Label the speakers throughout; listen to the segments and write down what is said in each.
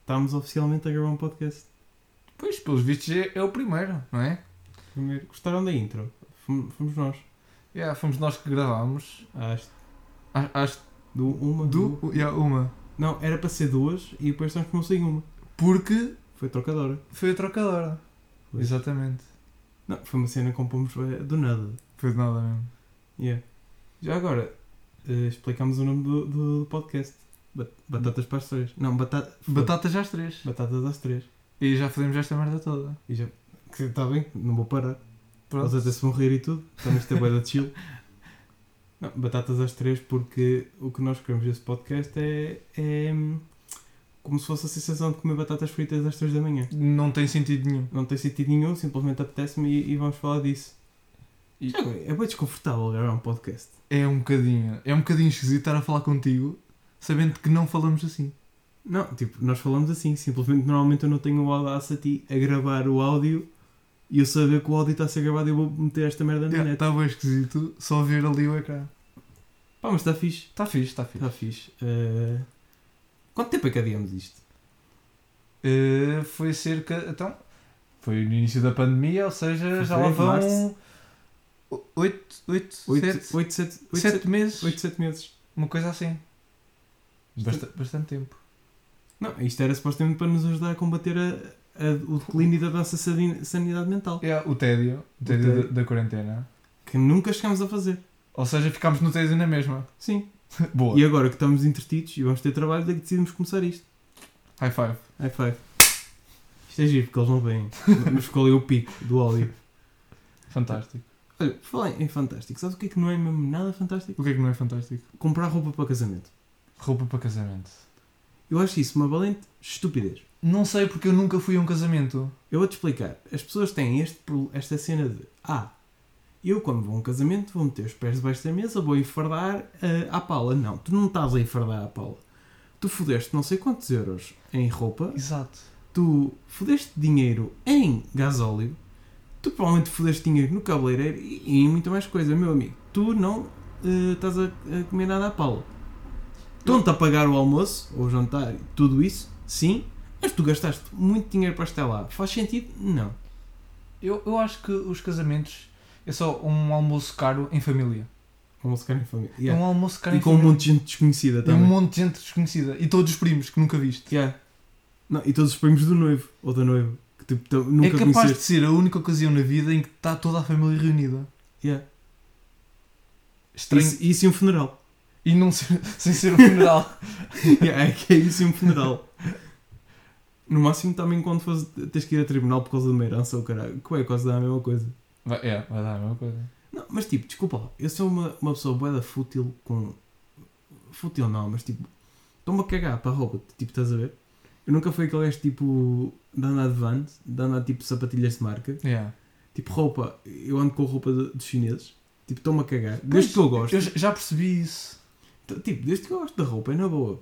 Speaker 1: estamos oficialmente a gravar um podcast.
Speaker 2: Pois, pelos vistos, é, é o primeiro, não é?
Speaker 1: Primeiro, gostaram da intro? Fomos, fomos nós.
Speaker 2: Yeah, fomos nós que gravámos.
Speaker 1: Acho.
Speaker 2: A- Acho
Speaker 1: Do uma.
Speaker 2: do.
Speaker 1: du-
Speaker 2: Yeah, uma.
Speaker 1: Não, era para ser duas e depois transformou-se em uma.
Speaker 2: Porque
Speaker 1: Foi trocadora.
Speaker 2: foi a trocadora.
Speaker 1: Pois.
Speaker 2: Exatamente.
Speaker 1: Não, foi uma cena que compomos eh, do nada.
Speaker 2: Foi de nada mesmo.
Speaker 1: Yeah. Já agora, eh, explicámos o nome do, do podcast. Bat- Batatas para as três. Não, batata,
Speaker 2: Batatas às três.
Speaker 1: batatas às três.
Speaker 2: E já fazemos esta merda toda.
Speaker 1: E já, que está bem, não vou parar.
Speaker 2: Pronto.
Speaker 1: Eles até se vão rir e tudo. Então isto é boeda de chill. Não, batatas às três, porque o que nós queremos desse podcast é, é hum, como se fosse a sensação de comer batatas fritas às três da manhã.
Speaker 2: Não tem sentido nenhum.
Speaker 1: Não tem sentido nenhum, simplesmente apetece-me e, e vamos falar disso.
Speaker 2: E-
Speaker 1: Já agora, é bem desconfortável gravar um podcast.
Speaker 2: É um bocadinho. É um bocadinho esquisito estar a falar contigo sabendo que não falamos assim.
Speaker 1: Não, tipo, nós falamos assim, simplesmente normalmente eu não tenho o audacity a gravar o áudio e eu saber que o áudio está a ser gravado e eu vou meter esta merda na
Speaker 2: Yeah,
Speaker 1: net.
Speaker 2: Está É, tá bem esquisito só ver ali o ecrã.
Speaker 1: Pá, mas está fixe.
Speaker 2: Está fixe, está fixe.
Speaker 1: Está fixe. Eh, Quanto tempo é que adiamos isto?
Speaker 2: Uh, foi cerca. Então, foi no início da pandemia, ou seja,
Speaker 1: Foi
Speaker 2: já lá
Speaker 1: fevereiro,
Speaker 2: vão. 8, 8, 7,
Speaker 1: 8, 7, 8,
Speaker 2: meses.
Speaker 1: 7 meses.
Speaker 2: Uma coisa assim. Basta-
Speaker 1: Bastante-
Speaker 2: bastante tempo.
Speaker 1: Não, Ah, isto era supostamente para nos ajudar a combater a- a- o declínio da nossa sadi- sanidade mental.
Speaker 2: É, o tédio, o
Speaker 1: O
Speaker 2: tédio,
Speaker 1: tédio.
Speaker 2: Da, da quarentena.
Speaker 1: Que nunca chegámos a fazer.
Speaker 2: Ou seja, ficámos no tédio na mesma.
Speaker 1: Sim.
Speaker 2: Boa.
Speaker 1: E agora que estamos entretidos e vamos ter trabalho, daí que decidimos começar isto.
Speaker 2: High five.
Speaker 1: High five. Isto é giro porque eles não veem. Mas ficou ali o pico do áudio.
Speaker 2: Fantástico.
Speaker 1: Olha, por falar em fantástico, sabes o que é que não é mesmo nada fantástico?
Speaker 2: O que é que não é fantástico?
Speaker 1: Comprar roupa para casamento.
Speaker 2: Roupa para casamento.
Speaker 1: Eu acho isso uma valente estupidez.
Speaker 2: Não sei porque eu nunca fui a um casamento.
Speaker 1: Eu vou-te explicar. As pessoas têm este, pro- esta cena de Ah, eu quando vou a um casamento vou meter os pés debaixo da mesa, vou ir fardar ah, à pala. Não, tu não estás a ir fardar à pala. Tu fudeste não sei quantos euros em roupa,
Speaker 2: Exato.
Speaker 1: tu fudeste dinheiro em gasóleo, tu provavelmente fudeste dinheiro no cabeleireiro e, e em muita mais coisa, meu amigo. Tu não ah, estás a, a comer nada à pala. Estão-te a pagar o almoço, ou o jantar, tudo isso, sim, mas tu gastaste muito dinheiro para estar lá. Faz sentido? Não.
Speaker 2: Eu, eu acho que os casamentos é só um almoço caro em família.
Speaker 1: Almoço caro em família.
Speaker 2: É
Speaker 1: Yeah.
Speaker 2: Um almoço caro
Speaker 1: E
Speaker 2: em
Speaker 1: com um
Speaker 2: família.
Speaker 1: monte de gente desconhecida
Speaker 2: E um
Speaker 1: também.
Speaker 2: monte de gente desconhecida. E todos os primos que nunca viste.
Speaker 1: Yeah. Não, e todos os primos do noivo ou da noiva que tipo, tão- nunca
Speaker 2: é capaz
Speaker 1: conheceste.
Speaker 2: de ser a única ocasião na vida em que está toda a família reunida.
Speaker 1: Yeah.
Speaker 2: Estranho.
Speaker 1: Isso, isso e um funeral.
Speaker 2: E não ser- sem ser um funeral.
Speaker 1: yeah, é que é isso e um funeral. No máximo também quando fores, tens que ir a tribunal por causa de uma herança ou caralho. Que é quase dá a mesma coisa.
Speaker 2: vai, é, vai dar a mesma coisa.
Speaker 1: Não, mas tipo, desculpa lá, eu sou uma, uma pessoa boeda fútil com. Fútil não, mas tipo, estou-me a cagar para a roupa, tipo, estás a ver? Eu nunca fui aquele gajo tipo de andar de van, de andar tipo sapatilhas de marca.
Speaker 2: Yeah.
Speaker 1: Tipo, roupa, eu ando com roupa de- dos chineses. Tipo, estou-me a cagar.
Speaker 2: Pois,
Speaker 1: Desde que eu gosto.
Speaker 2: Eu j- já percebi isso.
Speaker 1: t- Tipo, desde que eu gosto da roupa, é na boa.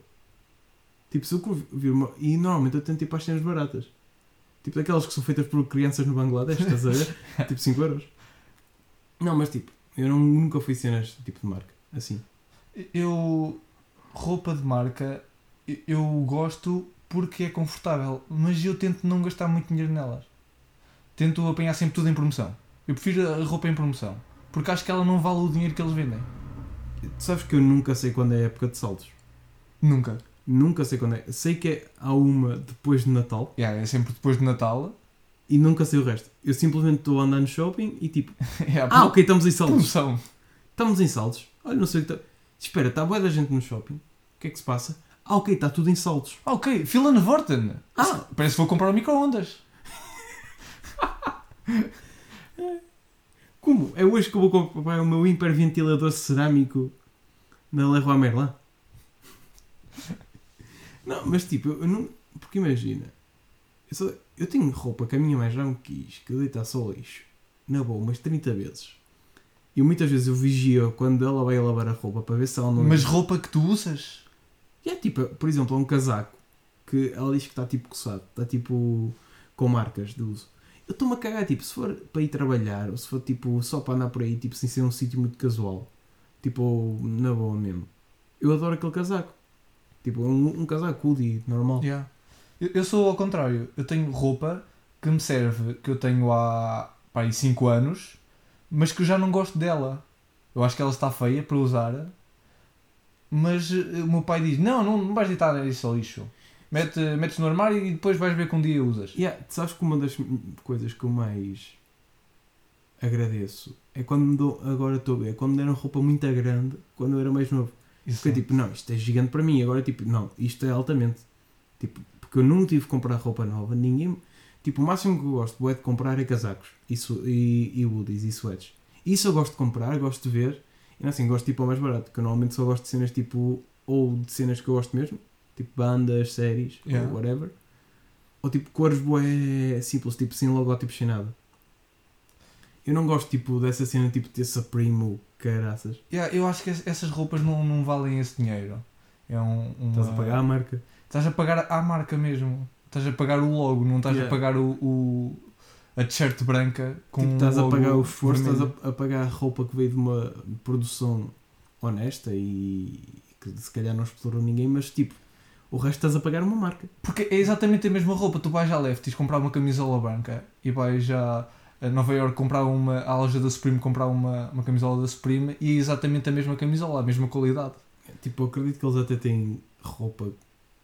Speaker 1: Tipo, se eu conv- vir uma. E normalmente eu tento ir para as cenas baratas. Tipo, daquelas que são feitas por crianças no Bangladesh, estás a ver? tipo, 5 euros. Não, mas tipo, eu não- nunca fui cenas tipo de marca. Assim.
Speaker 2: Eu. Roupa de marca, eu- eu gosto porque é confortável, mas eu tento não gastar muito dinheiro nelas. Tento apanhar sempre tudo em promoção. Eu prefiro a roupa em promoção. Porque acho que ela não vale o dinheiro que eles vendem.
Speaker 1: Tu sabes que eu nunca sei quando é a época de saltos.
Speaker 2: Nunca.
Speaker 1: Nunca sei quando é. Sei que é, há uma depois de Natal
Speaker 2: Yeah, é sempre depois de Natal.
Speaker 1: e nunca sei o resto. Eu simplesmente estou a andar no shopping e tipo,
Speaker 2: Yeah,
Speaker 1: ah, ok, estamos em saltos.
Speaker 2: Promoção.
Speaker 1: Estamos em saltos. Olha, não sei o que está. Espera, está boa da gente no shopping. O que é que se passa? Ah, ok, está tudo em saltos.
Speaker 2: Ah, ok, fila na Vorten.
Speaker 1: Ah,
Speaker 2: Parece que vou comprar um micro-ondas.
Speaker 1: como? É hoje que eu vou comprar o meu hiperventilador cerâmico na Leroy Merlin? Não, mas tipo, eu não. Porque imagina, eu, só- eu tenho roupa que a minha mãe já me quis, que eu deita só ao lixo. Na boa, umas 30 vezes. E muitas vezes eu vigio quando ela vai lavar a roupa para ver se ela não.
Speaker 2: Mas roupa que tu usas?
Speaker 1: E é tipo, por exemplo, há um casaco que ela diz que está tipo coçado, está tipo com marcas de uso. Eu estou-me a cagar, tipo, se for para ir trabalhar ou se for tipo só para andar por aí, tipo, sem ser um sítio muito casual, tipo, na boa mesmo. Eu adoro aquele casaco. Tipo, um, um casaco hoodie normal.
Speaker 2: Yeah. Eu, eu sou ao contrário. Eu tenho roupa que me serve, que eu tenho há pá, aí 5 anos, mas que eu já não gosto dela. Eu acho que ela está feia para usar. Mas eh, o meu pai diz: Não, não, não vais deitar isso ao lixo. Mete, metes no armário e depois vais ver que um dia usas.
Speaker 1: Yeah, tu sabes que uma das coisas que eu mais agradeço é quando me dou, agora estou a ver, é quando me deram roupa muito grande quando eu era mais novo.
Speaker 2: Isso
Speaker 1: Foi tipo, não, isto é gigante para mim. Agora, tipo, não, isto é altamente. Tipo, porque eu não tive que comprar roupa nova, ninguém. Tipo, o máximo que eu gosto é de comprar é casacos e, su- e, e hoodies e sweats. Isso eu gosto de comprar, gosto de ver. E não assim, gosto tipo ao mais barato, porque eu normalmente só gosto de cenas tipo. ou de cenas que eu gosto mesmo, tipo bandas, séries,
Speaker 2: Yeah.
Speaker 1: ou whatever. Ou tipo cores bué simples, tipo sem logótipo sem nada. Eu não gosto tipo dessa cena tipo de Supremo, caraças.
Speaker 2: Yeah, eu acho que es- essas roupas não, não valem esse dinheiro. É um. uma-
Speaker 1: Estás a pagar a marca.
Speaker 2: Estás a pagar à marca mesmo. Estás a pagar o logo, não estás
Speaker 1: Yeah.
Speaker 2: a pagar o. o- a t-shirt branca com
Speaker 1: Tipo, estás
Speaker 2: um
Speaker 1: a
Speaker 2: logo
Speaker 1: pagar o esforço, estás
Speaker 2: vermelho.
Speaker 1: a, a pagar a roupa que veio de uma produção honesta e que se calhar não explorou ninguém, mas tipo, o resto estás a pagar uma marca.
Speaker 2: Porque é exatamente a mesma roupa. Tu vais à Lefties comprar uma camisola branca e vais a, a Nova York comprar uma. à loja da Supreme comprar uma, uma camisola da Supreme e é exatamente a mesma camisola, a mesma qualidade.
Speaker 1: Tipo, eu acredito que eles até têm roupa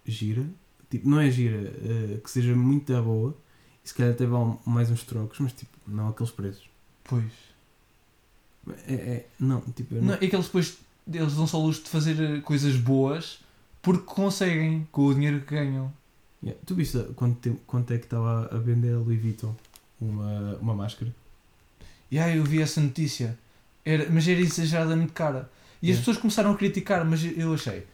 Speaker 1: gira, tipo, não é gira, eh, que seja muito boa, e se calhar até vão mais uns trocos, mas tipo, não aqueles preços.
Speaker 2: Pois.
Speaker 1: É, é- não, tipo, eu
Speaker 2: Não,
Speaker 1: não,
Speaker 2: é que eles depois. eles dão só o luxo de fazer eh, coisas boas porque conseguem com o dinheiro que ganham.
Speaker 1: Yeah. Tu viste quanto, te- quanto é que estava a vender a Louis Vuitton uma, uma máscara?
Speaker 2: E aí eu vi essa notícia. Era, mas era exageradamente cara. E as
Speaker 1: É.
Speaker 2: pessoas começaram a criticar, mas eu achei.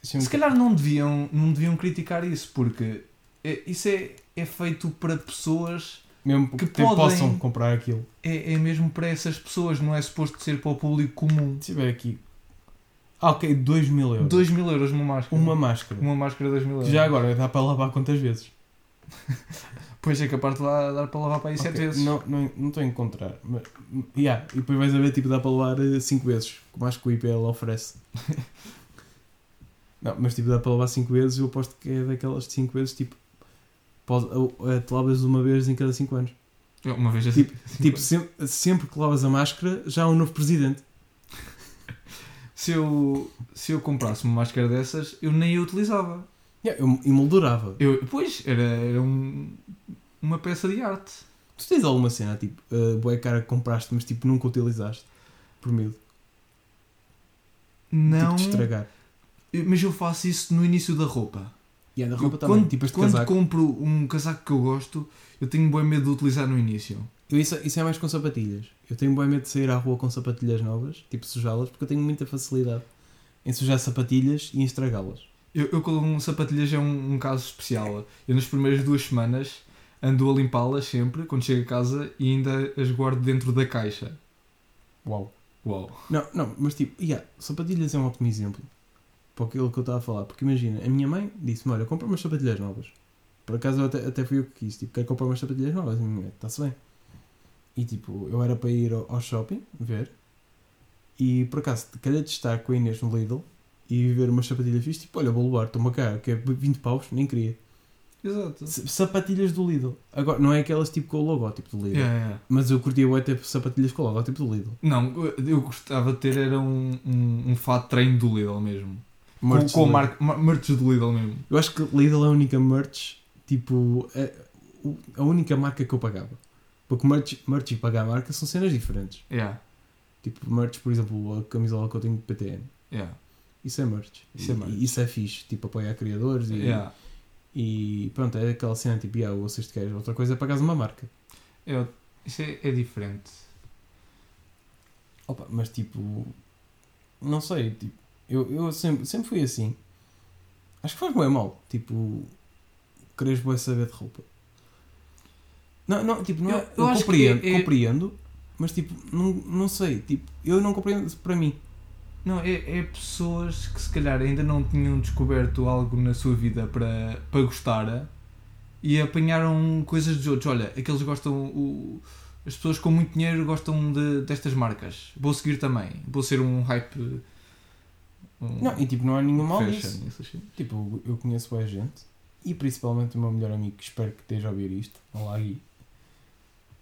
Speaker 2: Se calhar não deviam, não deviam criticar isso, porque é- isso é, é feito para pessoas.
Speaker 1: mesmo
Speaker 2: que
Speaker 1: que te
Speaker 2: podem-
Speaker 1: possam comprar aquilo.
Speaker 2: É, é mesmo para essas pessoas, não é suposto ser para o público comum.
Speaker 1: Se tiver aqui. Ah, ok, 2 mil euros.
Speaker 2: 2 mil euros numa máscara.
Speaker 1: Uma máscara.
Speaker 2: Uma máscara 2 mil euros.
Speaker 1: Que já agora dá para lavar quantas vezes?
Speaker 2: Pois é capaz de lá dar para lavar para aí 7
Speaker 1: Ok,
Speaker 2: vezes.
Speaker 1: Não, não, não estou a encontrar. Mas, yeah, e depois vais a ver, tipo, dá para lavar 5 vezes. Como acho que o IPL oferece. não, mas tipo, dá para lavar 5 vezes. Eu aposto que é daquelas 5 vezes, tipo. pode- eh, Te lavas uma vez em cada 5 anos.
Speaker 2: Uma vez assim,
Speaker 1: Tipo, sem- sempre, que lavas a máscara, já há um novo presidente.
Speaker 2: se, eu, se eu comprasse uma máscara dessas, eu nem a utilizava.
Speaker 1: Yeah, eu emoldurava.
Speaker 2: Eu, pois, era, era um- uma peça de arte.
Speaker 1: Tu tens alguma cena, tipo, eh, boa cara que compraste, mas tipo, nunca utilizaste? Por medo.
Speaker 2: Não,
Speaker 1: Tipo, de estragar.
Speaker 2: mas eu faço isso no início da roupa.
Speaker 1: E a da
Speaker 2: Eu
Speaker 1: roupa também.
Speaker 2: quando
Speaker 1: tipo este
Speaker 2: quando
Speaker 1: casaco.
Speaker 2: compro um casaco que eu gosto, eu tenho bem medo de utilizar no início.
Speaker 1: Eu isso, isso é mais com sapatilhas. Eu tenho bem medo de sair à rua com sapatilhas novas, tipo sujá-las, porque eu tenho muita facilidade em sujar sapatilhas e em estragá-las.
Speaker 2: Eu, eu com sapatilhas é um, um caso especial. Eu nas primeiras duas semanas ando a limpá-las sempre, quando chego a casa, e ainda as guardo dentro da caixa.
Speaker 1: Uau.
Speaker 2: Uau.
Speaker 1: Não, não, mas tipo, yeah, sapatilhas é um ótimo exemplo para aquilo que eu estava a falar. Porque imagina, a minha mãe disse-me: Olha, compra umas sapatilhas novas. Por acaso eu até, até fui eu que quis, tipo, quero comprar umas sapatilhas novas. E a minha mãe, está-se bem. E tipo, eu era para ir ao, ao shopping, ver, e por acaso, calhar de estar com a Inês no Lidl e ver umas sapatilhas fixe, tipo, olha, vou levar, toma cá, que é 20 paus, nem queria.
Speaker 2: Exato.
Speaker 1: S- Sapatilhas do Lidl. Agora, não é aquelas tipo com o logótipo do Lidl.
Speaker 2: Yeah, yeah.
Speaker 1: Mas eu curtia o ter sapatilhas com o logótipo do Lidl.
Speaker 2: Não, eu gostava de ter era um, um, um fato de treino do Lidl mesmo. Com,
Speaker 1: Merch
Speaker 2: com
Speaker 1: do Lidl.
Speaker 2: mar, mar, merch do Lidl mesmo.
Speaker 1: Eu acho que Lidl é a única merch, tipo, a, o- a única marca que eu pagava. Porque merch, merch e pagar a marca são cenas diferentes.
Speaker 2: Yeah,
Speaker 1: Tipo, merch, por exemplo, a camisola que eu tenho de PTN.
Speaker 2: yeah,
Speaker 1: Isso é merch.
Speaker 2: Isso é
Speaker 1: E-
Speaker 2: merch.
Speaker 1: E, isso é fixe. Tipo, apoiar criadores e,
Speaker 2: yeah.
Speaker 1: e pronto, é aquela cena tipo, ah, ou vocês te queres. Outra coisa é pagares uma marca.
Speaker 2: Eu, isso é, é diferente.
Speaker 1: Opa, mas tipo, não sei, tipo, eu, eu sempre, sempre fui assim. Acho que faz bem mal, tipo, queres bem saber de roupa. Não, não, tipo, não é-
Speaker 2: Eu-
Speaker 1: eu,
Speaker 2: eu acho que
Speaker 1: compreendo,
Speaker 2: é- é-
Speaker 1: compreendo, mas tipo, não, não sei, tipo, eu não compreendo para mim.
Speaker 2: Não, é, é pessoas que se calhar ainda não tinham descoberto algo na sua vida para, para gostar eh, e apanharam coisas dos outros. Olha, aqueles gostam. O, as pessoas com muito dinheiro gostam de, destas marcas. Vou seguir também. Vou ser um hype. um
Speaker 1: Não, e tipo, não há nenhum mal
Speaker 2: fashion,
Speaker 1: nisso.
Speaker 2: isso assim.
Speaker 1: Tipo, eu conheço boa gente e principalmente o meu melhor amigo, que espero que esteja a ouvir isto, olá Gui.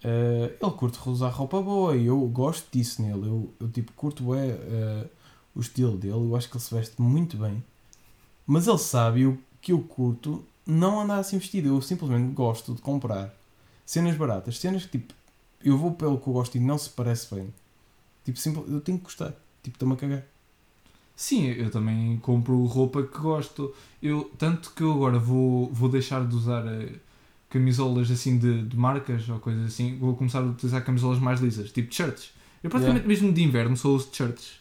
Speaker 1: Eh, ele curte usar roupa boa e eu gosto disso nele. Eu, eu tipo, curto é, o estilo dele, eu acho que ele se veste muito bem. Mas ele sabe o que eu curto não andar assim vestido, eu simplesmente gosto de comprar cenas baratas, cenas que tipo, eu vou pelo que eu gosto e não se parece bem. Tipo, simple, eu tenho que gostar, tipo, estou-me a cagar.
Speaker 2: Sim, eu também compro roupa que gosto. Eu, tanto que eu agora vou, vou deixar de usar eh, camisolas assim de, de marcas ou coisas assim. Vou começar a utilizar camisolas mais lisas, tipo t-shirts. Eu praticamente mesmo de inverno só uso t-shirts.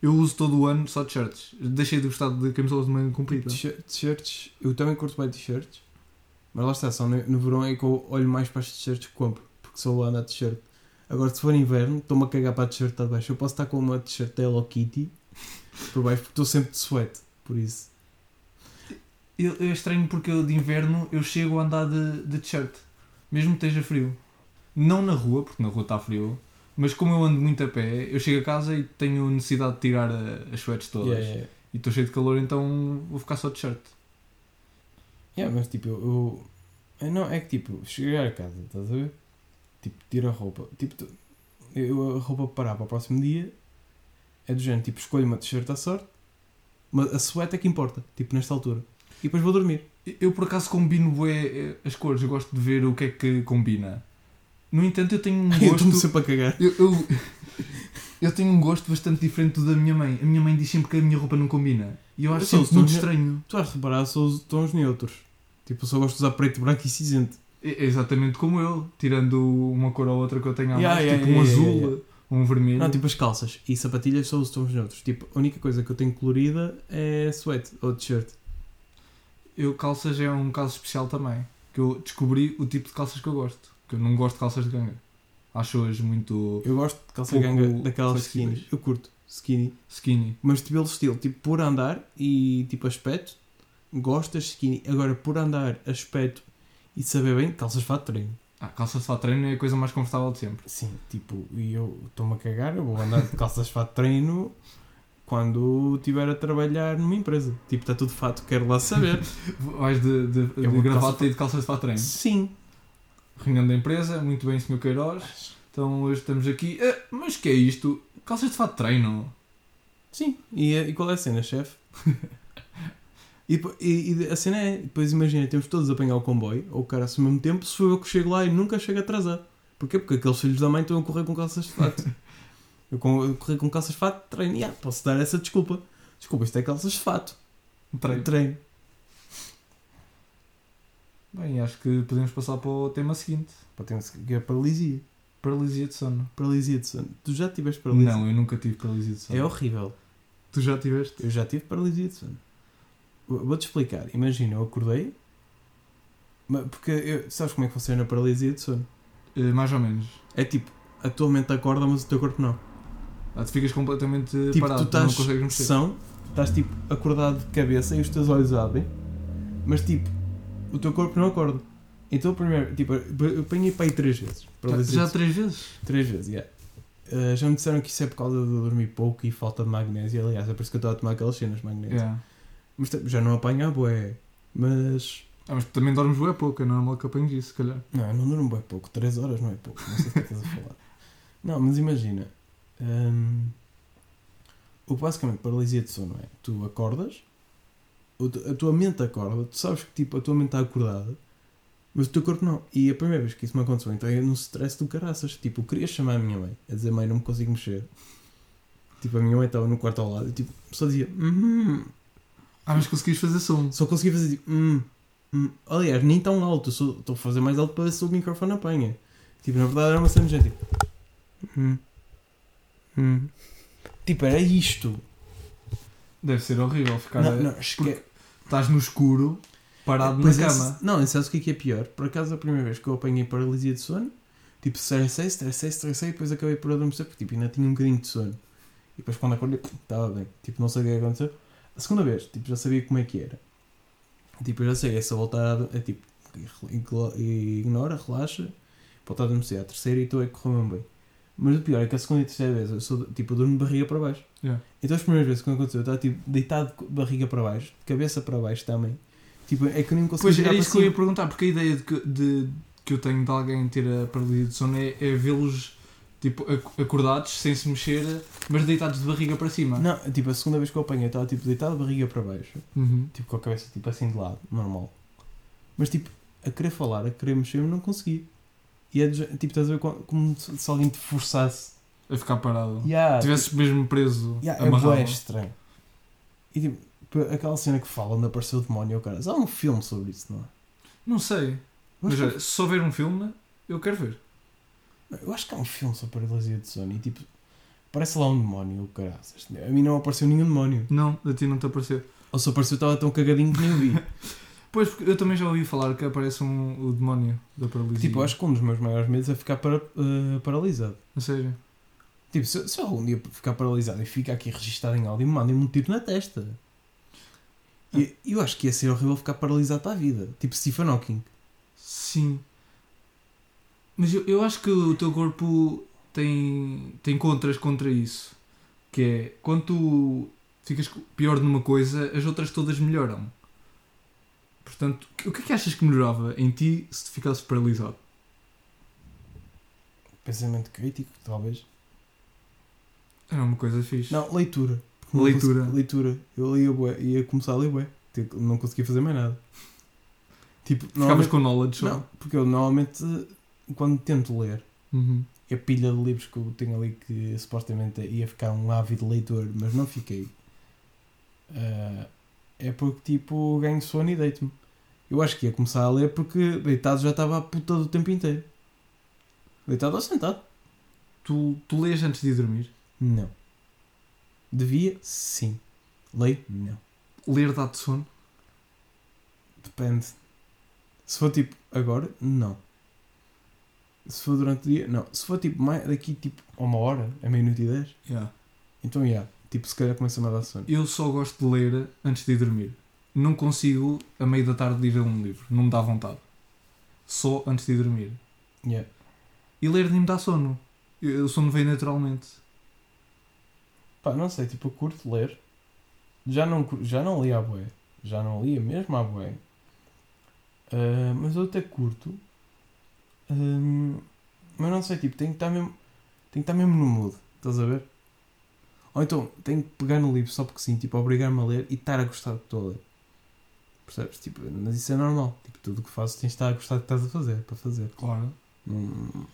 Speaker 2: Eu uso todo o ano só t-shirts. Deixei de gostar de camisolas de manga comprida.
Speaker 1: T-shirt- Tipo, T-shirts, eu também curto bem t-shirts, mas lá está, só no, no verão é que eu olho mais para as t-shirts que compro, porque sou ando a t-shirt. Agora, se for inverno, estou-me a cagar para a t-shirt de baixo. Eu posso estar com uma t-shirt da Hello Kitty por baixo, porque estou sempre de sweat, por isso.
Speaker 2: Eu, eu estranho porque eu de inverno eu chego a andar de, de t-shirt, mesmo que esteja frio. Não na rua, porque na rua está frio, mas como eu ando muito a pé, eu chego a casa e tenho necessidade de tirar a- as sweats todas.
Speaker 1: Yeah, yeah.
Speaker 2: E estou cheio de calor, então vou ficar só de t-shirt.
Speaker 1: Yeah, mas tipo, eu, eu- Não, é que tipo, chegar a casa, estás a ver? Tipo, tiro a roupa. Tipo, tu- eu a roupa para parar para o próximo dia é do género, tipo, escolho uma t-shirt à sorte, mas a suéte é que importa, tipo, nesta altura. E depois vou dormir.
Speaker 2: Eu por acaso combino bué, eh, as cores, eu gosto de ver o que é que combina. No entanto, eu tenho um
Speaker 1: Eu estou-me
Speaker 2: gosto.
Speaker 1: sempre a cagar.
Speaker 2: eu, eu, eu tenho um gosto bastante diferente do da minha mãe. A minha mãe diz sempre que a minha roupa não combina. E eu
Speaker 1: Eu
Speaker 2: acho
Speaker 1: sou-
Speaker 2: isso muito
Speaker 1: sou-
Speaker 2: estranho.
Speaker 1: Tu vais reparar, eu só uso tons neutros. Tipo, eu só gosto de usar preto, branco e cinzento.
Speaker 2: É exatamente como eu, tirando uma cor ou outra que eu tenho a mais,
Speaker 1: Yeah, yeah,
Speaker 2: tipo um
Speaker 1: yeah,
Speaker 2: azul,
Speaker 1: yeah,
Speaker 2: um vermelho.
Speaker 1: Não, tipo as calças e sapatilhas só uso tons neutros. Tipo, a única coisa que eu tenho colorida é suéte ou t-shirt.
Speaker 2: Eu calças é um caso especial também, que eu descobri o tipo de calças que eu gosto, que eu não gosto de calças de ganga. Acho-as muito
Speaker 1: Eu gosto de calça
Speaker 2: Pouco
Speaker 1: ganga daquelas
Speaker 2: flexíveis.
Speaker 1: skinny. Eu curto skinny.
Speaker 2: skinny.
Speaker 1: Mas tipo, ele estilo, tipo, por andar e tipo aspecto, gosto das skinny. Agora, por andar, aspecto e saber bem, calças de fato de treino.
Speaker 2: Ah, calça de fato de treino é a coisa mais confortável de sempre.
Speaker 1: Sim, tipo, e eu estou-me a cagar, eu vou andar de calças de fato de treino quando estiver a trabalhar numa empresa. Tipo, está tudo de fato, quero lá saber.
Speaker 2: Vais de, de, de
Speaker 1: Eu vou de
Speaker 2: gravata
Speaker 1: calça-
Speaker 2: e de calças de fato de treino.
Speaker 1: Sim.
Speaker 2: Reunião da empresa, muito bem, senhor Queiroz. Então hoje estamos aqui. Ah, mas que é isto? Calças de fato de treino.
Speaker 1: Sim. E, e qual é a cena, chefe? e, depo- e- e a cena é, depois imagina, temos todos a apanhar o comboio, ou o cara ao mesmo tempo, se for eu que chego lá e nunca chego atrasado. Porquê? Porque aqueles filhos da mãe estão a correr com calças de fato. eu, com, eu corri com calças de fato de treino. E, ah, posso dar essa desculpa. Desculpa, isto é calças de fato.
Speaker 2: Treino.
Speaker 1: Treino.
Speaker 2: Bem, acho que podemos passar para o tema seguinte.
Speaker 1: Pá, tem que é paralisia.
Speaker 2: Paralisia de sono.
Speaker 1: Paralisia de sono. Tu já tiveste paralisia?
Speaker 2: Não, eu nunca tive paralisia de sono.
Speaker 1: É horrível.
Speaker 2: Tu já tiveste?
Speaker 1: Eu já tive paralisia de sono. Eu- Vou-te explicar. Imagina, eu acordei. mas- Porque eu- sabes como é que funciona a paralisia de sono?
Speaker 2: Ah, mais ou menos.
Speaker 1: É tipo, a tua mente acorda, mas o teu corpo não.
Speaker 2: Ah, tu ficas completamente eh,
Speaker 1: tipo,
Speaker 2: parado,
Speaker 1: tu estás
Speaker 2: não consegues mexer.
Speaker 1: são, estás tipo acordado de cabeça e os teus olhos abrem, mas tipo, o teu corpo não acorda. Então, primeiro, tipo, eu apanhei para aí três vezes. Paralisia
Speaker 2: Já,
Speaker 1: de
Speaker 2: já três vezes?
Speaker 1: Três vezes, yeah. Ah, já me disseram que isso é por causa de eu dormir pouco e falta de magnésio. Aliás, é por isso que eu estou a tomar aquelas cenas de magnésio.
Speaker 2: Yeah.
Speaker 1: Mas tipo, já não apanho a bué. Mas.
Speaker 2: Ah, mas tu também dormes bué pouco, é normal que apanhes isso, se calhar.
Speaker 1: Não, eu não durmo bem pouco. três horas não é pouco. Não sei o que é que estás a falar. Não, mas imagina. hum, o que basicamente paralisia de sono é. Tu acordas, o tu- a tua mente acorda, tu sabes que tipo, a tua mente está acordada, mas o teu corpo não. E a primeira vez que isso me aconteceu, então eu num stress do caraças. Tipo, eu queria chamar a minha mãe, a dizer, mãe, não me consigo mexer. Tipo, a minha mãe estava no quarto ao lado e tipo, só dizia, "Uhum."
Speaker 2: Ah, mas conseguiste fazer som.
Speaker 1: Só consegui fazer tipo. Hum, hum. Aliás, nem tão alto. eu sou- Estou a fazer mais alto para ver se o microfone apanha. Tipo, na verdade era uma cena de gente, tipo. Hum, hum. Tipo, era isto.
Speaker 2: Deve ser horrível ficar.
Speaker 1: não, não, esque...
Speaker 2: porque Estás no escuro, parado
Speaker 1: Pois
Speaker 2: na
Speaker 1: é,
Speaker 2: cama.
Speaker 1: se- Não, e sabes o que é que é pior? Por acaso, a primeira vez que eu apanhei paralisia de sono, tipo, estressei, estressei, estressei, e depois acabei por adormecer, porque tipo, ainda tinha um bocadinho de sono. E depois, quando acordei, pum, estava bem. Tipo, não sabia o que aconteceu. A segunda vez, tipo, já sabia como é que era. Tipo, eu já sei, é só voltar a. É tipo, igla- ignora, relaxa, voltar a adormecer. A terceira e estou é que correu bem. Mas o pior é que a segunda e terceira vez, eu sou, tipo, eu durmo de barriga para baixo.
Speaker 2: Yeah.
Speaker 1: Então, as primeiras vezes, quando aconteceu, eu estava tipo, deitado de barriga para baixo, de cabeça para baixo também. Tipo, é que eu nem consigo
Speaker 2: Pois
Speaker 1: virar
Speaker 2: era
Speaker 1: para
Speaker 2: isso que eu ia
Speaker 1: cima.
Speaker 2: perguntar, porque a ideia de que, de- que eu tenho de alguém ter a paralisia de sono é, é vê-los tipo, ac- acordados, sem se mexer, mas deitados de barriga para cima.
Speaker 1: Não, tipo, a segunda vez que eu apanhei, eu estava tipo deitado, barriga para baixo.
Speaker 2: Uhum.
Speaker 1: Tipo, com a cabeça tipo assim de lado, normal. Mas tipo, a querer falar, a querer mexer-me, não consegui. E é do gé- tipo, estás a ver co- como se se alguém te forçasse.
Speaker 2: A ficar parado.
Speaker 1: Yeah,
Speaker 2: Tivesses mesmo preso,
Speaker 1: tipo, yeah, é
Speaker 2: amarrado.
Speaker 1: bué estranho. E tipo, p- aquela cena que fala onde apareceu o demónio, cara. Há um filme sobre isso, não é?
Speaker 2: Não sei, mas
Speaker 1: eu,
Speaker 2: olha, se só ver um filme, eu quero ver.
Speaker 1: acho, eu acho que há um filme sobre paralisia de sono e tipo, aparece lá um demónio, cara. A mim não apareceu nenhum demónio.
Speaker 2: Não, a ti não te apareceu.
Speaker 1: Ou se apareceu, estava tão cagadinho que nem o vi.
Speaker 2: Pois, porque eu também já ouvi falar que aparece um, o demónio da paralisia.
Speaker 1: tipo, acho que um dos meus maiores medos é ficar para, eh, paralisado.
Speaker 2: Ou seja,
Speaker 1: Tipo, se, se eu algum dia ficar paralisado e ficar aqui registado em áudio, mandem-me um tiro na testa.
Speaker 2: É.
Speaker 1: E, eu acho que ia ser horrível ficar paralisado para a vida. Tipo Stephen Hawking.
Speaker 2: sim. Mas eu, eu acho que o teu corpo tem, tem contras contra isso. Que é, quando tu ficas co- pior numa coisa, as outras todas melhoram. Portanto, o que é que achas que melhorava em ti se tu ficasses paralisado?
Speaker 1: Pensamento crítico, talvez.
Speaker 2: Era uma coisa fixe.
Speaker 1: Não, leitura. Porque não
Speaker 2: Leitura.
Speaker 1: consegui- leitura. Eu lia bué, ia começar a ler bué. Tipo, Não conseguia fazer mais nada. Tipo,
Speaker 2: Ficavas
Speaker 1: normalmente-
Speaker 2: com knowledge só.
Speaker 1: Não, porque eu normalmente, quando tento ler,
Speaker 2: Uhum.
Speaker 1: a pilha de livros que eu tenho ali que supostamente ia ficar um ávido leitor, mas não fiquei. Ah, é porque tipo ganho sono e deito-me. Eu acho que ia começar a ler porque deitado já estava a puta do tempo inteiro. Deitado ou sentado?
Speaker 2: Tu, tu lês antes de ir dormir.
Speaker 1: Não. Devia? Sim. Leio? Não.
Speaker 2: Ler dá-te sono.
Speaker 1: Depende. Se for tipo agora, não. Se for durante o dia, não. Se for tipo mais, daqui tipo a uma hora, a meia noite e dez,
Speaker 2: Yeah.
Speaker 1: então já. Tipo, se calhar começa-me a dar sono.
Speaker 2: Eu só gosto de ler antes de ir dormir. Não consigo, a meio da tarde, ler um livro. Não me dá vontade. Só antes de ir dormir.
Speaker 1: Yeah.
Speaker 2: E ler nem me dá sono. Eu- O sono vem naturalmente.
Speaker 1: Pá, não sei, tipo, eu curto ler. Já não, cur- já não li à bué. Já não lia mesmo à bué. Ah, mas eu até curto. Ahm, mas não sei, tipo, tem que estar mesmo, tem que estar mesmo no mood. Estás a ver? Ou então, tenho que pegar no livro só porque sim, tipo, obrigar-me a ler e estar a gostar do que estou a ler. Percebes? Tipo, mas isso é normal. Tipo, tudo o que fazes tens de estar a gostar do que estás a fazer, para fazer. Hum,
Speaker 2: Claro.
Speaker 1: Não-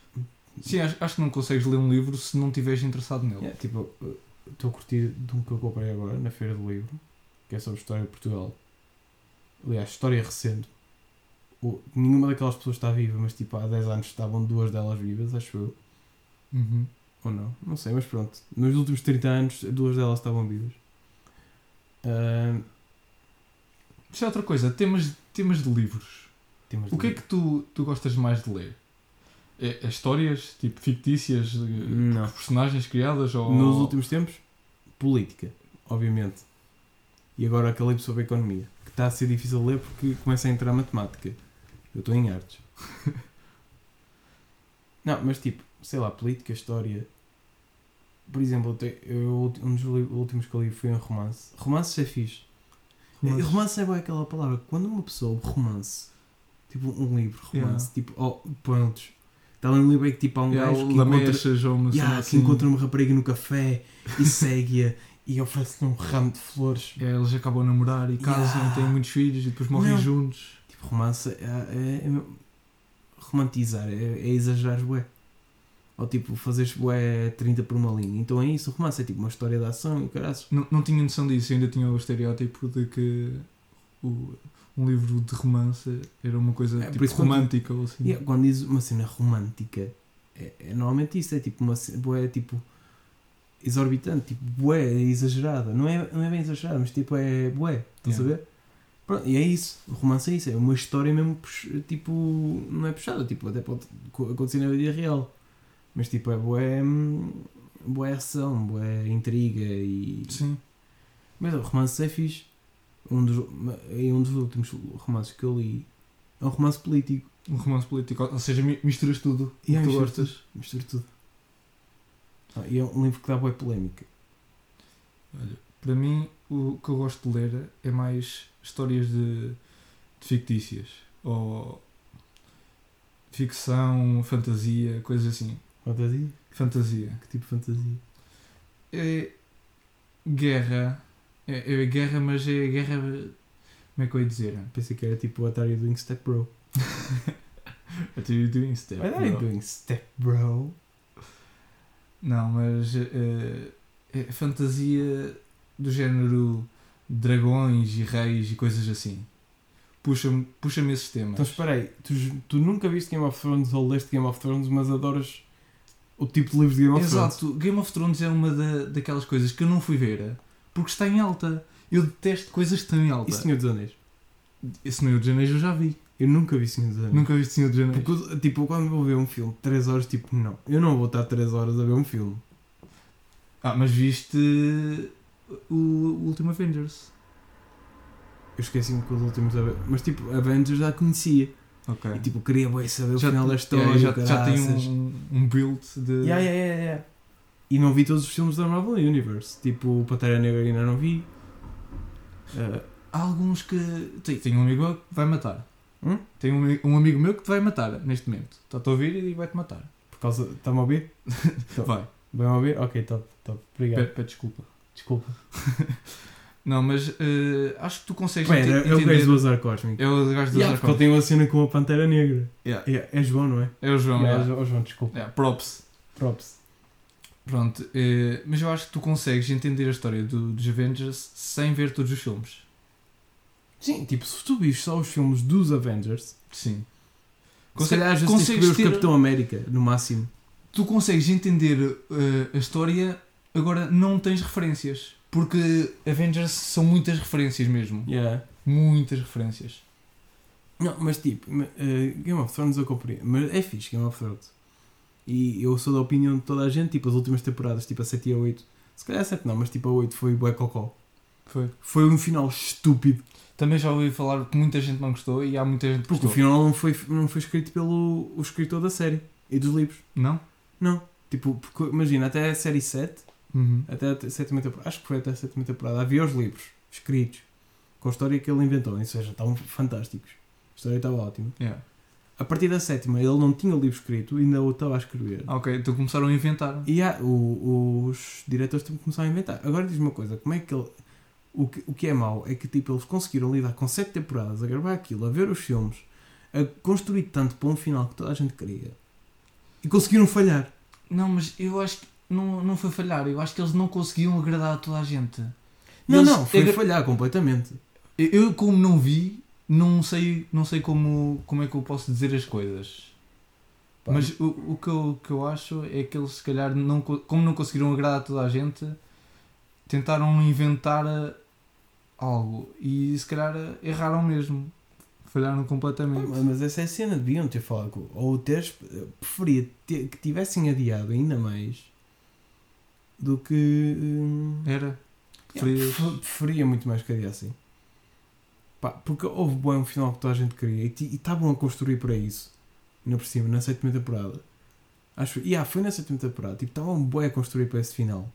Speaker 2: Sim, acho, acho que não consegues ler um livro se não estiveres interessado nele.
Speaker 1: Yeah, tipo, eu estou a curtir de um que eu comprei agora na Feira do Livro, que é sobre história de Portugal. Aliás, história recente. O- nenhuma daquelas pessoas está viva, mas tipo, há 10 anos estavam duas delas vivas, acho eu.
Speaker 2: Uhum.
Speaker 1: Ou não, não sei, mas pronto. Nos últimos 30 anos, duas delas estavam vivas. Ah,
Speaker 2: Isso é outra coisa. Temas, temas de livros.
Speaker 1: temos
Speaker 2: O que é que tu, tu gostas mais de ler? É, é histórias, tipo, fictícias? de-
Speaker 1: Não.
Speaker 2: Personagens criadas? Ou...
Speaker 1: Nos últimos tempos, política, obviamente. E agora aquele livro sobre a economia, que está a ser difícil de ler porque começa a entrar matemática. Eu estou em artes. Não, mas tipo, sei lá, política, história. Por exemplo, eu te- eu, um dos li- últimos que eu li foi um romance. Romance é fixe. Romance,
Speaker 2: Romances.
Speaker 1: romance é boa aquela palavra. Quando uma pessoa romance, tipo um livro, romance, tipo, oh, prontos. Está ali um livro aí que tipo há um
Speaker 2: Yeah,
Speaker 1: gajo que encontra
Speaker 2: lamechas ou uma
Speaker 1: e há
Speaker 2: cena
Speaker 1: que
Speaker 2: assim.
Speaker 1: encontra uma rapariga no café e segue-a e oferece-lhe um ramo de flores.
Speaker 2: É, eles acabam a namorar e casam,
Speaker 1: Yeah.
Speaker 2: têm muitos filhos e depois morrem
Speaker 1: Não.
Speaker 2: juntos.
Speaker 1: Tipo, romance é, é- é romantizar, é, é exagerar bué. Ou tipo, fazeres bué 30 por uma linha. Então é isso, o romance é tipo uma história de ação e o caraças.
Speaker 2: Não, não tinha noção disso, eu ainda tinha o estereótipo de que o- um livro de romance era uma coisa
Speaker 1: É, por
Speaker 2: tipo,
Speaker 1: isso quando-
Speaker 2: romântica ou assim.
Speaker 1: E é, quando diz uma cena romântica, é, é normalmente isso, é tipo uma ce- bué, tipo exorbitante, tipo bué, é exagerada. Não é, não é bem exagerada, mas tipo é bué, estás
Speaker 2: Yeah.
Speaker 1: a ver? Pronto, e é isso, o romance é isso, é uma história mesmo, pux- tipo, não é puxada, tipo, até pode co- acontecer na vida real, mas tipo é bué, hum, bué ação, bué intriga e...
Speaker 2: Sim.
Speaker 1: Mas o romance é fixe. Um dos, é um dos últimos romances que eu li é um romance político.
Speaker 2: Um romance político, ou seja, mi- misturas tudo o
Speaker 1: E
Speaker 2: que
Speaker 1: há
Speaker 2: tu
Speaker 1: mistura
Speaker 2: gostas.
Speaker 1: Misturo tudo. Ah, e é um livro que dá boa polémica.
Speaker 2: Olha, para mim, o que eu gosto de ler é mais histórias de fictícias. Ou ficção, fantasia, coisas assim.
Speaker 1: Fantasia?
Speaker 2: Fantasia.
Speaker 1: Que tipo de fantasia?
Speaker 2: É guerra. É, é guerra, mas é guerra. Como é que eu ia dizer?
Speaker 1: Pensei que era tipo o Atari Doing Step Bro.
Speaker 2: What are you doing, Steph?
Speaker 1: Atari
Speaker 2: bro?
Speaker 1: Doing Step Bro.
Speaker 2: Não, mas eh, é fantasia do género dragões e reis e coisas assim. Puxa-me puxa esses temas.
Speaker 1: Então espera aí, tu, j- tu nunca viste Game of Thrones ou leste Game of Thrones, mas adoras o tipo de livros de Game of Thrones.
Speaker 2: Exato, Game of Thrones é uma da, daquelas coisas que eu não fui ver eh, porque está em alta. Eu detesto coisas que estão em alta.
Speaker 1: E Senhor dos Anéis?
Speaker 2: E Senhor dos Anéis eu já vi.
Speaker 1: Eu nunca vi Senhor dos Anéis.
Speaker 2: Nunca vi Senhor dos Anéis.
Speaker 1: Porque, eu- tipo, quando vou ver um filme de 3 horas, tipo, não, eu não vou estar 3 horas a ver um filme.
Speaker 2: Ah, mas viste o, o último Avengers.
Speaker 1: Eu esqueci-me que os últimos Avengers. Mas, tipo, Avengers já conhecia.
Speaker 2: Ok.
Speaker 1: E, tipo, queria bem saber o
Speaker 2: já,
Speaker 1: final da
Speaker 2: te-
Speaker 1: história.
Speaker 2: é, já, já tem
Speaker 1: caraças.
Speaker 2: um, um build de.
Speaker 1: Yeah, yeah, yeah, yeah. E não vi todos os filmes da Marvel Universe. Tipo, o Pantera Negra ainda não vi. Ah,
Speaker 2: eh, Há alguns que. Tem, tem um amigo meu que vai matar.
Speaker 1: Hum?
Speaker 2: Tem um, ami- um amigo meu que te vai matar neste momento. Está-te a ouvir e vai-te matar.
Speaker 1: por causa. Está-me a ouvir? Tá.
Speaker 2: Vai,
Speaker 1: Bem a ouvir? Ok, top, top.
Speaker 2: pe-
Speaker 1: Obrigado.
Speaker 2: pede desculpa.
Speaker 1: Desculpa.
Speaker 2: Não, mas eh, acho que tu consegues ente-
Speaker 1: Pera, é o gajo do
Speaker 2: entender.
Speaker 1: azar cósmico.
Speaker 2: É o gajo
Speaker 1: Yeah,
Speaker 2: do Zarco.
Speaker 1: porque ele tem uma cena com a Pantera Negra.
Speaker 2: Yeah.
Speaker 1: Yeah, É, João, não é?
Speaker 2: É o João.
Speaker 1: Não,
Speaker 2: yeah.
Speaker 1: é Jo- João, desculpa.
Speaker 2: Yeah, props.
Speaker 1: Props.
Speaker 2: Pronto, eh, mas eu acho que tu consegues entender a história do- dos Avengers sem ver todos os filmes.
Speaker 1: Sim, tipo, se tu viste só os filmes dos Avengers,
Speaker 2: Sim.
Speaker 1: se calhar já tens que ver
Speaker 2: consegues
Speaker 1: os
Speaker 2: ter-
Speaker 1: Capitão América, no máximo.
Speaker 2: tu consegues entender eh, a história, agora não tens referências. Porque Avengers são muitas referências mesmo.
Speaker 1: Yeah.
Speaker 2: Muitas referências.
Speaker 1: Não, mas tipo, ma- eh, Game of Thrones eu compreendo. Mas é fixe, Game of Thrones. E eu sou da opinião de toda a gente, tipo, as últimas temporadas, tipo a 7 e a 8. Se calhar a 7 não, mas tipo a 8 foi bué cocó.
Speaker 2: Foi.
Speaker 1: Foi um final estúpido.
Speaker 2: Também já ouvi falar que muita gente não gostou e há muita gente que
Speaker 1: Porque
Speaker 2: gostou.
Speaker 1: o final não foi, não foi escrito pelo o escritor da série e dos livros.
Speaker 2: Não?
Speaker 1: Tipo, porque imagina, até a série 7,
Speaker 2: Uhum.
Speaker 1: até a sétima temporada, acho que foi até a sétima temporada, havia os livros escritos com a história que ele inventou, ou seja, estavam fantásticos. A história estava ótima.
Speaker 2: Yeah.
Speaker 1: A partir da sétima, ele não tinha o livro escrito, ainda o estava a escrever.
Speaker 2: Ah, ok, então começaram a inventar.
Speaker 1: E há- o- os diretores têm que começar a inventar. Agora diz-me uma coisa, como é que ele. O que, o que é mau é que tipo, eles conseguiram lidar com sete temporadas, a gravar aquilo, a ver os filmes, a construir tanto para um final que toda a gente queria. E conseguiram falhar.
Speaker 2: Não, mas eu acho que não, não foi falhar. Eu acho que eles não conseguiam agradar a toda a gente.
Speaker 1: Não,
Speaker 2: Eles-
Speaker 1: não, foi
Speaker 2: agra-
Speaker 1: falhar completamente.
Speaker 2: Eu, como não vi, não sei, não sei como, como é que eu posso dizer as coisas.
Speaker 1: Pá,
Speaker 2: Mas o, o que, eu, o que eu acho é que eles, se calhar, não, co- como não conseguiram agradar toda a gente, tentaram inventar eh, algo e, se calhar, eh, erraram mesmo. Falharam
Speaker 1: Pá,
Speaker 2: completamente.
Speaker 1: mas- mas essa é a cena, deviam ter falado com. Ou teres. eh, Preferia ter- que tivessem adiado ainda mais do que. hum,
Speaker 2: Era.
Speaker 1: é,
Speaker 2: Preferias-
Speaker 1: prefe- preferia muito mais que adiassem. Pá, porque houve bem um final que toda a gente queria e ti- e estavam a construir para isso. Ainda por cima, na sétima temporada. Acho. E ah, foi na sétima temporada. Tipo, estavam bem a construir para esse final.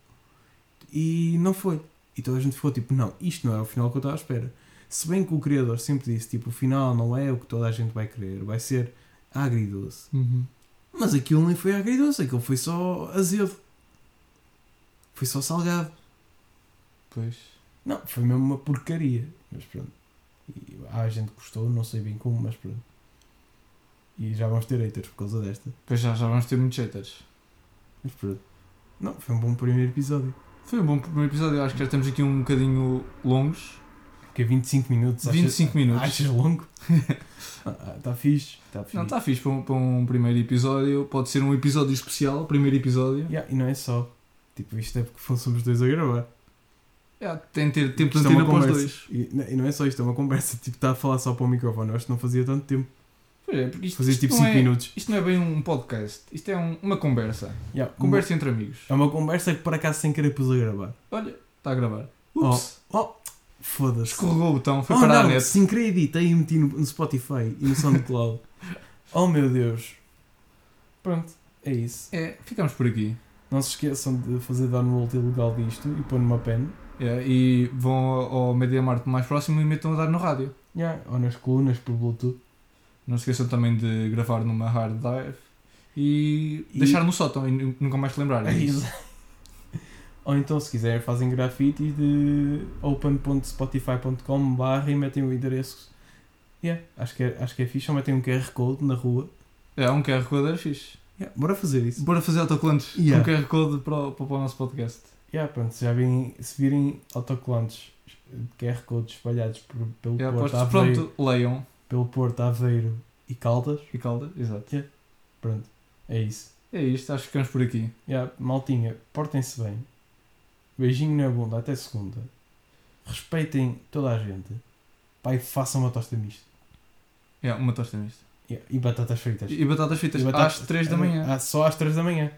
Speaker 1: E não foi. E toda a gente ficou tipo, não, isto não é o final que eu estava à espera. Se bem que o criador sempre disse, tipo, o final não é o que toda a gente vai querer, vai ser agridoce.
Speaker 2: Uhum.
Speaker 1: Mas aquilo nem foi agridoce, aquilo foi só azedo. Foi só salgado.
Speaker 2: Pois.
Speaker 1: Não, foi mesmo uma porcaria. Mas pronto. E há gente que gostou, não sei bem como, mas pronto. E já vamos ter haters por causa desta.
Speaker 2: Pois já, já vamos ter muitos haters.
Speaker 1: Mas pronto. Não, foi um bom primeiro episódio.
Speaker 2: Foi um bom primeiro episódio. Eu Acho que já estamos aqui um bocadinho longos.
Speaker 1: Porque é 25 minutos. achas-
Speaker 2: 25 minutos.
Speaker 1: Achas longo? Está fixe. Está fixe.
Speaker 2: Não, está fixe para um, para um primeiro episódio. Pode ser um episódio especial, primeiro episódio.
Speaker 1: Yeah, e não é só. Tipo, isto é porque fôssemos dois a gravar.
Speaker 2: Yeah, tem de ter tempo de
Speaker 1: Isto é uma
Speaker 2: antena para os
Speaker 1: conversa.
Speaker 2: dois.
Speaker 1: E, não- e não é só isto, é uma conversa. Tipo, está a falar só para o microfone. Eu acho que não fazia tanto tempo.
Speaker 2: Pois é, porque isto,
Speaker 1: Fazia
Speaker 2: isto
Speaker 1: tipo
Speaker 2: não
Speaker 1: 5
Speaker 2: é-
Speaker 1: minutos.
Speaker 2: Isto não é bem um podcast, isto é um- uma conversa.
Speaker 1: Yeah,
Speaker 2: Conversa entre amigos.
Speaker 1: É uma conversa que por acaso sem querer pus a gravar.
Speaker 2: Olha, está a gravar.
Speaker 1: Oh.
Speaker 2: Ups,
Speaker 1: Foda-se.
Speaker 2: escorregou o botão, foi
Speaker 1: oh,
Speaker 2: parar a
Speaker 1: não,
Speaker 2: net.
Speaker 1: Sem querer editei e meti no, no Spotify e no SoundCloud. oh meu Deus. Pronto, é isso.
Speaker 2: É, ficamos por aqui.
Speaker 1: Não se esqueçam de fazer download ilegal disto e pôr numa pen.
Speaker 2: É, e vão ao, ao Mediamarte mais próximo e metam a dar no rádio.
Speaker 1: Yeah, ou nas colunas por Bluetooth.
Speaker 2: Não se esqueçam também de gravar numa hard drive e, É
Speaker 1: E-
Speaker 2: deixar no sótão e nu- nunca mais se lembrarem. disso.
Speaker 1: ou então, se quiser, fazem grafites de open.spotify.com barra e metem o endereço. Yeah, acho, que é, acho que é fixe. Ou metem um QR Code na rua.
Speaker 2: É um QR Code era fixe.
Speaker 1: Yeah, bora fazer isso.
Speaker 2: Bora fazer autocolantes
Speaker 1: Yeah.
Speaker 2: com QR Code para o, para o nosso podcast.
Speaker 1: Yeah, pronto, se já virem, se virem autocolantes de QR Codes espalhados por, pelo,
Speaker 2: Yeah,
Speaker 1: Porto,
Speaker 2: apostos,
Speaker 1: Aveiro,
Speaker 2: É, pronto, leiam
Speaker 1: pelo Porto, Aveiro e Caldas,
Speaker 2: e calda. Exato.
Speaker 1: pronto, é isso.
Speaker 2: É isto, acho que ficamos por aqui.
Speaker 1: Yeah, maltinha, portem-se bem. Beijinho na bunda, até segunda. Respeitem toda a gente. Pai, façam uma tosta mista.
Speaker 2: Yeah, É, uma tosta mista.
Speaker 1: Yeah, e batatas fritas.
Speaker 2: E, e batatas fritas
Speaker 1: E batata-
Speaker 2: às 3 da manhã.
Speaker 1: Ah, Só às 3 da manhã.